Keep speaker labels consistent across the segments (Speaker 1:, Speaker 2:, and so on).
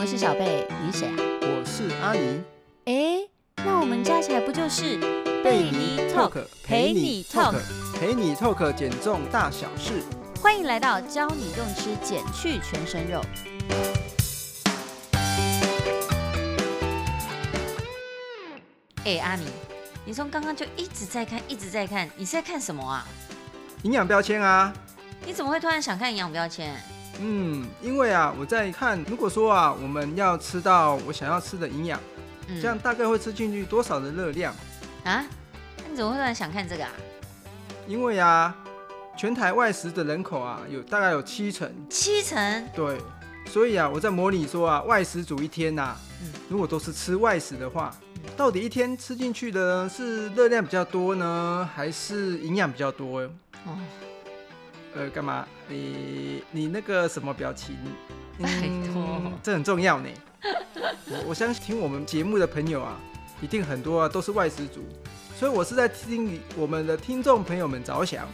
Speaker 1: 我是小贝，你谁啊？
Speaker 2: 我是阿尼，
Speaker 1: 诶，那我们加起来不就是陪你 talk，
Speaker 2: 陪你 talk 减重大小事。
Speaker 1: 欢迎来到教你用吃减去全身肉。诶，阿米，你从刚刚就一直在看，一直在看，你是在看什么啊？
Speaker 2: 营养标签啊，
Speaker 1: 你怎么会突然想看营养标签？
Speaker 2: 嗯，因为啊，我在看，如果说啊，我们要吃到我想要吃的营养，
Speaker 1: 嗯
Speaker 2: 这样大概会吃进去多少的热量？
Speaker 1: 啊？那你怎么会突然想看这个啊？
Speaker 2: 因为啊，全台外食的人口啊，有大概有七成，
Speaker 1: 七成
Speaker 2: 对，所以啊，我在模拟说啊，外食煮一天呐、
Speaker 1: 嗯
Speaker 2: 如果都是吃外食的话，到底一天吃进去的呢是热量比较多呢，还是营养比较多？
Speaker 1: 哦，
Speaker 2: 呃，干嘛？你你那个什么表情？
Speaker 1: 拜托
Speaker 2: 嗯这很重要呢。 我我相信听我们节目的朋友啊，一定很多啊都是外食族，所以我是在听我们的听众朋友们着想。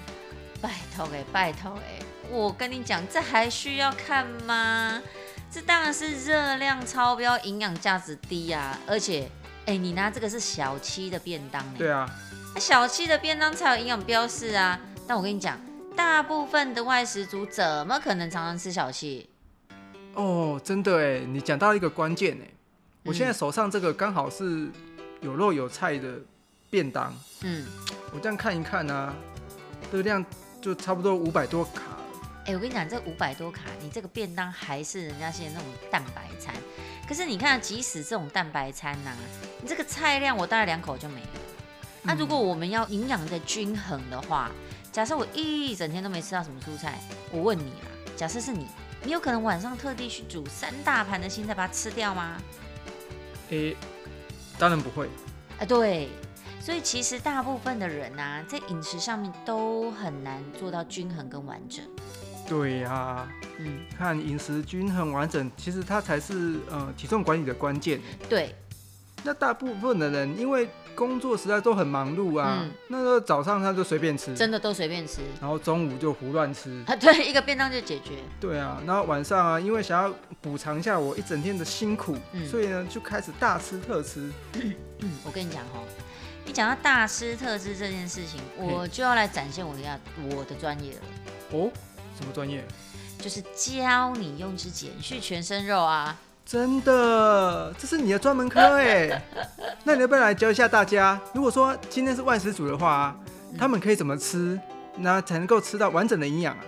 Speaker 1: 拜托哎、拜托哎、我跟你讲，这还需要看吗？这当然是热量超标，营养价值低啊！而且，哎、你拿这个是小七的便当、欸，
Speaker 2: 对啊，
Speaker 1: 那小七的便当才有营养标示啊。但我跟你讲，大部分的外食族怎么可能常常吃小七？
Speaker 2: 哦，真的哎，你讲到一个关键哎，我现在
Speaker 1: 嗯
Speaker 2: 手上这个刚好是有肉有菜的便当，
Speaker 1: 嗯，
Speaker 2: 我这样看一看啊，热量就差不多五百多卡了。
Speaker 1: 哎、我跟你讲，这五百多卡，你这个便当还是人家现在那种蛋白餐。可是你看，即使这种蛋白餐呐、你这个菜量我大概两口就没了。那、如果我们要营养的均衡的话，假设我一整天都没吃到什么蔬菜，我问你啦，假设是你，你有可能晚上特地去煮三大盘的青菜把它吃掉吗？
Speaker 2: 诶、当然不会。
Speaker 1: 啊，对，所以其实大部分的人呐、在饮食上面都很难做到均衡跟完整。
Speaker 2: 对呀、
Speaker 1: 嗯，
Speaker 2: 看饮食均衡完整，其实它才是呃体重管理的关键。
Speaker 1: 对，
Speaker 2: 那大部分的人因为工作实在都很忙碌啊，
Speaker 1: 嗯
Speaker 2: 那个早上他就随便吃，
Speaker 1: 真的都随便吃。
Speaker 2: 然后中午就胡乱 吃，
Speaker 1: 啊，对，一个便当就解决。
Speaker 2: 对啊，然后晚上啊，因为想要补偿一下我一整天的辛苦，
Speaker 1: 嗯
Speaker 2: 所以呢就开始大吃特吃。
Speaker 1: 嗯，我跟你讲哦，你讲到大吃特吃这件事情，我就要来展现我要我的专业了，
Speaker 2: 哦，什么专业？
Speaker 1: 就是教你用之减去全身肉啊。
Speaker 2: 真的，这是你的专门 科哎。那你要不要来教一下大家？如果说今天是外食组的话啊，他们可以怎么吃，那才能够吃到完整的营养啊？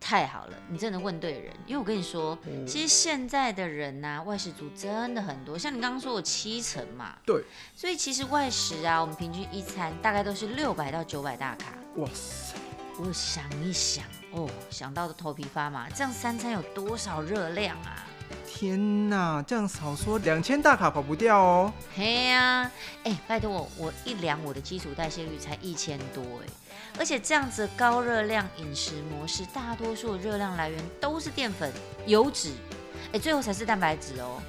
Speaker 1: 太好了，你真的问对人，因为我跟你说，其实现在的人呐、外食族真的很多，像你刚刚说我七成嘛，
Speaker 2: 对，
Speaker 1: 所以其实外食啊，我们平均一餐大概都是六百到九百大卡。
Speaker 2: 哇塞，
Speaker 1: 我想一想，哦，想到的头皮发麻，这样三餐有多少热量啊？
Speaker 2: 天哪，这样少说两千大卡跑不掉哦。
Speaker 1: 嘿呀、哎、拜托我，我一量我的基础代谢率才一千多哎，而且这样子高热量饮食模式，大多数的热量来源都是淀粉、油脂，哎、最后才是蛋白质哦，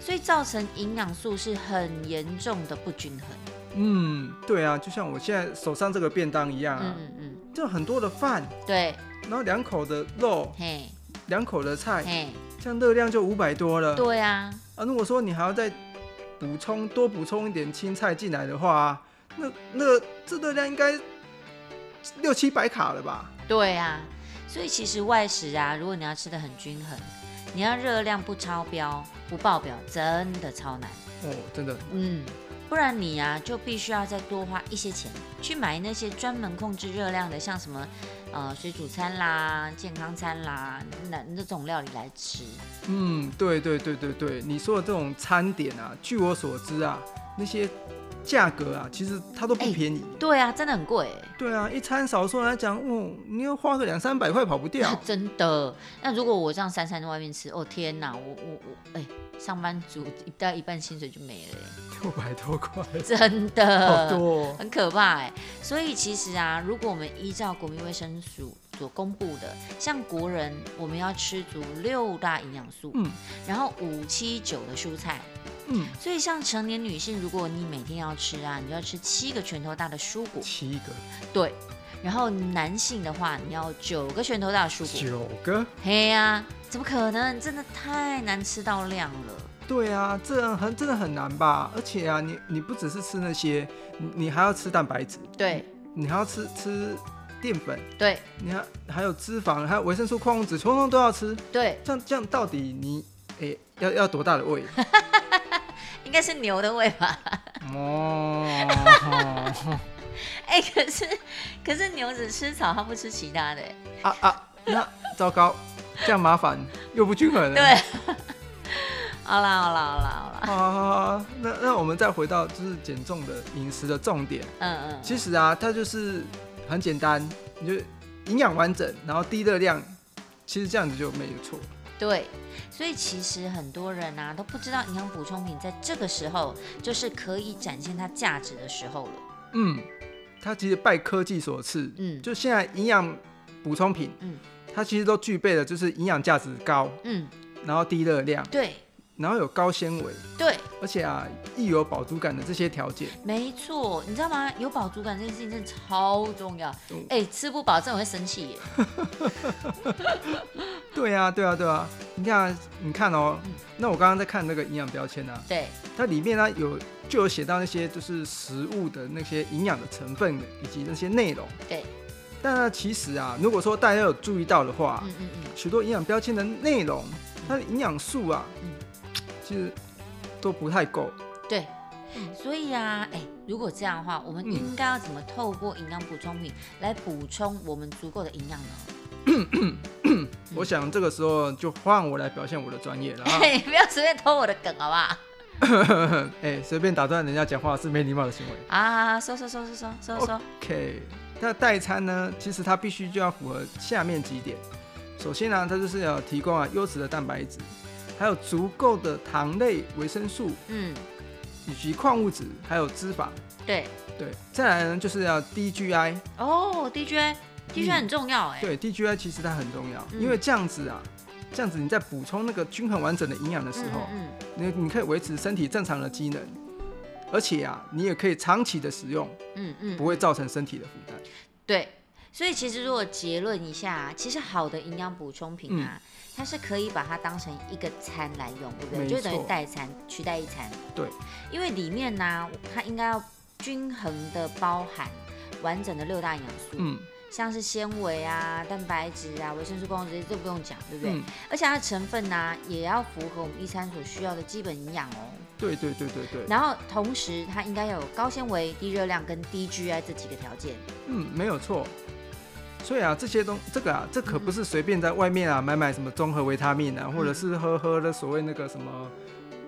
Speaker 1: 所以造成营养素是很严重的不均衡。
Speaker 2: 嗯，对啊，就像我现在手上这个便当一样啊，
Speaker 1: 嗯嗯
Speaker 2: 就很多的饭，
Speaker 1: 嗯，对，
Speaker 2: 然后两口的肉，
Speaker 1: 嘿，
Speaker 2: 两口的菜，
Speaker 1: 嘿，
Speaker 2: 这样热量就五百多了。
Speaker 1: 对啊，
Speaker 2: 啊，如果说你还要再补充多补充一点青菜进来的话啊，那那这热量应该六七百卡了吧？
Speaker 1: 对啊，所以其实外食啊，如果你要吃的很均衡，你要热量不超标、不爆表，真的超难。
Speaker 2: 哦，真的，
Speaker 1: 嗯，不然你呀、就必须要再多花一些钱去买那些专门控制热量的，像什么呃水煮餐啦、健康餐啦，那那种料理来吃。
Speaker 2: 嗯，对对对对对，你说的这种餐点啊，据我所知啊，那些价格啊，其实它都不
Speaker 1: 哎
Speaker 2: 便宜。
Speaker 1: 对啊，真的很贵欸、
Speaker 2: 对啊，一餐少说来讲，哦，你要花个两三百块跑 不掉。
Speaker 1: 真的。那如果我这样三餐在外面吃，哦天哪，我我我，哎、上班族一到一半薪水就没了 欸、
Speaker 2: 六百多块，
Speaker 1: 真的。
Speaker 2: 好多、哦。
Speaker 1: 很可怕哎、所以其实啊，如果我们依照国民卫生署所公布的，像国人我们要吃足六大营养素，
Speaker 2: 嗯
Speaker 1: 然后五七九的蔬菜。
Speaker 2: 嗯，
Speaker 1: 所以像成年女性，如果你每天要吃啊，你就要吃七个拳头大的蔬果，
Speaker 2: 七个，
Speaker 1: 对。然后男性的话，你要九个拳头大的蔬果。
Speaker 2: 九个，
Speaker 1: 嘿呀、怎么可能？真的太难吃到量了。
Speaker 2: 对啊，这样很真的很难吧？而且啊，你你不只是吃那些，你你还要吃蛋白质，
Speaker 1: 对
Speaker 2: 你还要吃吃淀粉，
Speaker 1: 对
Speaker 2: 你还还有脂肪，还有维生素、矿物质，通通都要吃。
Speaker 1: 对，
Speaker 2: 这样这样到底你诶、要要多大的胃？
Speaker 1: 应该是牛的味吧？
Speaker 2: 哦，
Speaker 1: 哎、可是可是牛只吃草，它不吃其他的、哎
Speaker 2: 啊啊，那糟糕，这样麻烦又不均衡了。
Speaker 1: 对，啊 好啦好啦好啦好啦，
Speaker 2: 啊，那那我们再回到就是减重的饮食的重点，
Speaker 1: 嗯嗯，
Speaker 2: 其实啊，它就是很简单，你就营养完整，然后低热量，其实这样子就没有错。
Speaker 1: 对，所以其实很多人啊都不知道营养补充品在这个时候就是可以展现它价值的时候了。
Speaker 2: 嗯，它其实拜科技所赐，
Speaker 1: 嗯
Speaker 2: 就现在营养补充品，
Speaker 1: 嗯
Speaker 2: 它其实都具备了就是营养价值高，
Speaker 1: 嗯，
Speaker 2: 然后低热量，
Speaker 1: 对
Speaker 2: 然后有高纤维，
Speaker 1: 对，
Speaker 2: 而且啊，易有饱足感的这些条件。
Speaker 1: 没错，你知道吗？有饱足感这件事情真的超重要。
Speaker 2: 嗯
Speaker 1: 哎、吃不饱真的会生气 耶。
Speaker 2: 对啊，对啊，对啊。你看啊，你看哦
Speaker 1: 嗯，
Speaker 2: 那我刚刚在看那个营养标签啊，
Speaker 1: 对，
Speaker 2: 它里面呢、有就有写到那些就是食物的那些营养的成分以及那些内容。
Speaker 1: 对，
Speaker 2: 但呢，其实啊，如果说大家有注意到的话，
Speaker 1: 嗯嗯嗯，
Speaker 2: 许多营养标签的内容，它的营养素啊，
Speaker 1: 嗯
Speaker 2: 其实都不太够。
Speaker 1: 对。所以啊，哎、如果这样的话，我们
Speaker 2: 嗯
Speaker 1: 应该要怎么透过营养补充品来补充我们足够的营养呢？嗯
Speaker 2: 我想这个时候就换我来表现我的专业 了啊！
Speaker 1: 你不要随便偷我的梗好不好？
Speaker 2: 哎、随便打断人家讲话是没礼貌的行为。
Speaker 1: 啊，说说说说说
Speaker 2: 哦
Speaker 1: 说说，
Speaker 2: OK，那代餐呢，其实它必须就要符合下面几点。首先呢、它就是要提供啊优质的蛋白质，还有足够的糖类、维生素
Speaker 1: 嗯，
Speaker 2: 以及矿物质，还有脂肪。
Speaker 1: 对，
Speaker 2: 对，再来呢就是要低 GI，
Speaker 1: 哦，DJ。DJ
Speaker 2: 嗯
Speaker 1: 很重要哎、
Speaker 2: 对低 GI 其实它很重要，
Speaker 1: 嗯
Speaker 2: 因为这样子啊，这样子你在补充那个均衡完整的营养的时候，
Speaker 1: 嗯嗯
Speaker 2: 你你可以维持身体正常的机能，而且啊，你也可以长期的使用，
Speaker 1: 嗯嗯
Speaker 2: 不会造成身体的负担。
Speaker 1: 对，所以其实如果结论一下，啊其实好的营养补充品啊，
Speaker 2: 嗯
Speaker 1: 它是可以把它当成一个餐来用，对不对？
Speaker 2: 没
Speaker 1: 就等于
Speaker 2: 错
Speaker 1: 代餐取代一餐。
Speaker 2: 对，
Speaker 1: 因为里面呢、它应该要均衡的包含完整的六大营养素，
Speaker 2: 嗯
Speaker 1: 像是纤维啊、蛋白质啊、维生素、矿物质这些都不用讲，对不对？
Speaker 2: 嗯，
Speaker 1: 而且它的成分呢、也要符合我们一餐所需要的基本营养哦。
Speaker 2: 对对对对对，
Speaker 1: 然后同时，它应该要有高纤维、低热量跟低 GI 这几个条件。
Speaker 2: 嗯，没有错。所以啊，这些东这个啊，这可
Speaker 1: 嗯
Speaker 2: 不是随便在外面啊买买什么综合维他命啊，或者是喝喝的所谓那个什么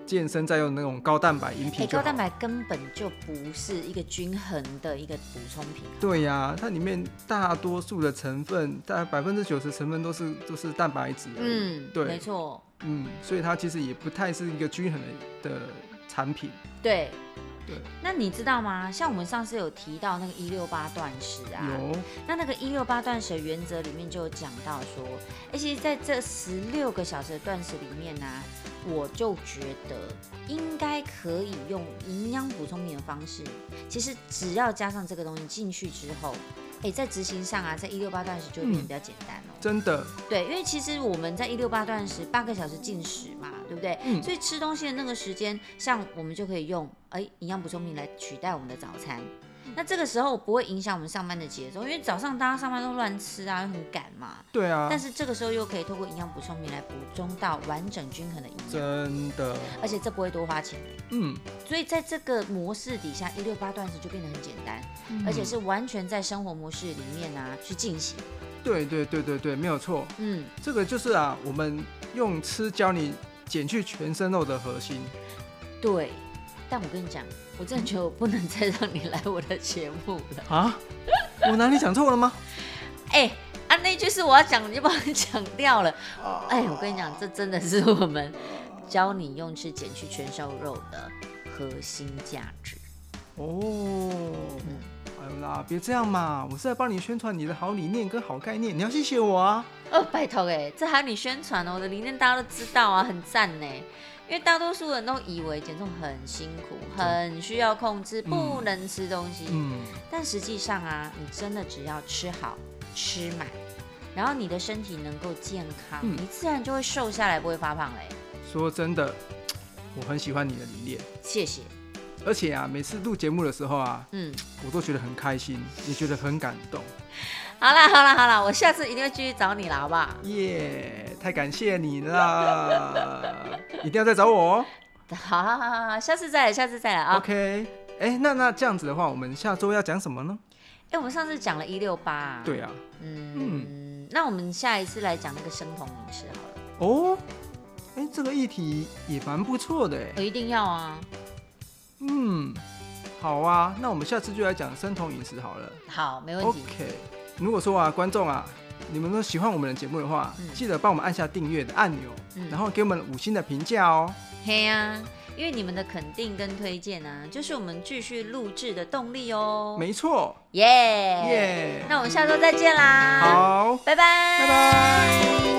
Speaker 2: 健身在用的那种高蛋白饮
Speaker 1: 哎，
Speaker 2: 品就
Speaker 1: 高
Speaker 2: 好。
Speaker 1: 蛋白根本就不是一个均衡的一个补充品。
Speaker 2: 对呀、它里面大多数的成分，大概百分之九十成分都是都是蛋白质而已。
Speaker 1: 嗯，
Speaker 2: 对
Speaker 1: 没错，
Speaker 2: 嗯所以它其实也不太是一个均衡的的产品。
Speaker 1: 对。
Speaker 2: 对
Speaker 1: 那你知道吗？像我们上次有提到那个一六八断食啊，
Speaker 2: 有，
Speaker 1: 那那个一六八断食的原则里面就有讲到说，哎，其实在这十六个小时的断食里面呢、我就觉得应该可以用营养补充品的方式，其实只要加上这个东西进去之后，哎，在执行上啊，在一六八断食就会变得比较简单哦。
Speaker 2: 真的，
Speaker 1: 对，因为其实我们在一六八断食八个小时进食嘛，对不对？
Speaker 2: 嗯
Speaker 1: 所以吃东西的那个时间，像我们就可以用哎营养补充品来取代我们的早餐。
Speaker 2: 嗯
Speaker 1: 那这个时候不会影响我们上班的节奏，因为早上大家上班都乱吃啊，又很赶嘛。
Speaker 2: 对啊
Speaker 1: 但，是这个时候又可以透过营养补充品来补充到完整均衡的营养，
Speaker 2: 真的，
Speaker 1: 而且这不会多花钱。
Speaker 2: 嗯，
Speaker 1: 所以在这个模式底下，一六八断食就变得很简单，
Speaker 2: 嗯
Speaker 1: 而且是完全在生活模式里面啊去进行。
Speaker 2: 对对对对对，没有错。
Speaker 1: 嗯，
Speaker 2: 这个就是啊，我们用吃教你减去全身肉的核心。
Speaker 1: 对，但我跟你讲，我真的觉得我不能再让你来我的节目了。
Speaker 2: 啊？我哪里讲错了吗？
Speaker 1: 哎、啊，那句是我要讲，你就帮我讲掉了。哎、我跟你讲，这真的是我们教你用吃减去全瘦肉的核心价值。
Speaker 2: 哦，哎呦啦，别这样嘛，我是在帮你宣传你的好理念跟好概念，你要谢谢我啊。
Speaker 1: 哦，拜托哎、这还要你宣传哦，我的理念大家都知道啊，很赞呢。因为大多数人都以为减重很辛苦，很需要控制，不能吃东西。
Speaker 2: 嗯，
Speaker 1: 但实际上啊，你真的只要吃好、吃满，然后你的身体能够健康，
Speaker 2: 嗯
Speaker 1: 你自然就会瘦下来，不会发胖欸嘞。
Speaker 2: 说真的，我很喜欢你的理念，
Speaker 1: 谢谢，
Speaker 2: 而且啊，每次录节目的时候啊，
Speaker 1: 嗯，
Speaker 2: 我都觉得很开心，也觉得很感动，
Speaker 1: 好啦好啦好啦，我下次一定会继续找你啦，好不好？
Speaker 2: 耶、太感谢你 啦，一定要再找我哦。
Speaker 1: 好好好好好，下次再来，下次再来啊。
Speaker 2: OK，哎、那那这样子的话，我们下周要讲什么呢？
Speaker 1: 哎、我们上次讲了一六八，，
Speaker 2: 对啊，
Speaker 1: 嗯，那我们下一次来讲那个生酮饮食好了，
Speaker 2: 哦，哎、这个议题也蛮不错的
Speaker 1: 我
Speaker 2: 哎。
Speaker 1: 一定要啊。
Speaker 2: 嗯，好啊，那我们下次就来讲生酮饮食好了。
Speaker 1: 好，没问题。
Speaker 2: OK，如果说啊，观众啊，你们都喜欢我们的节目的话，
Speaker 1: 嗯
Speaker 2: 记得帮我们按下订阅的按钮，
Speaker 1: 嗯
Speaker 2: 然后给我们五星的评价哦。
Speaker 1: 嘿呀、因为你们的肯定跟推荐啊，就是我们继续录制的动力哦。
Speaker 2: 没错，
Speaker 1: 耶
Speaker 2: 耶、
Speaker 1: 哦那我们下周再见啦，
Speaker 2: 好，
Speaker 1: 拜拜，
Speaker 2: 拜拜。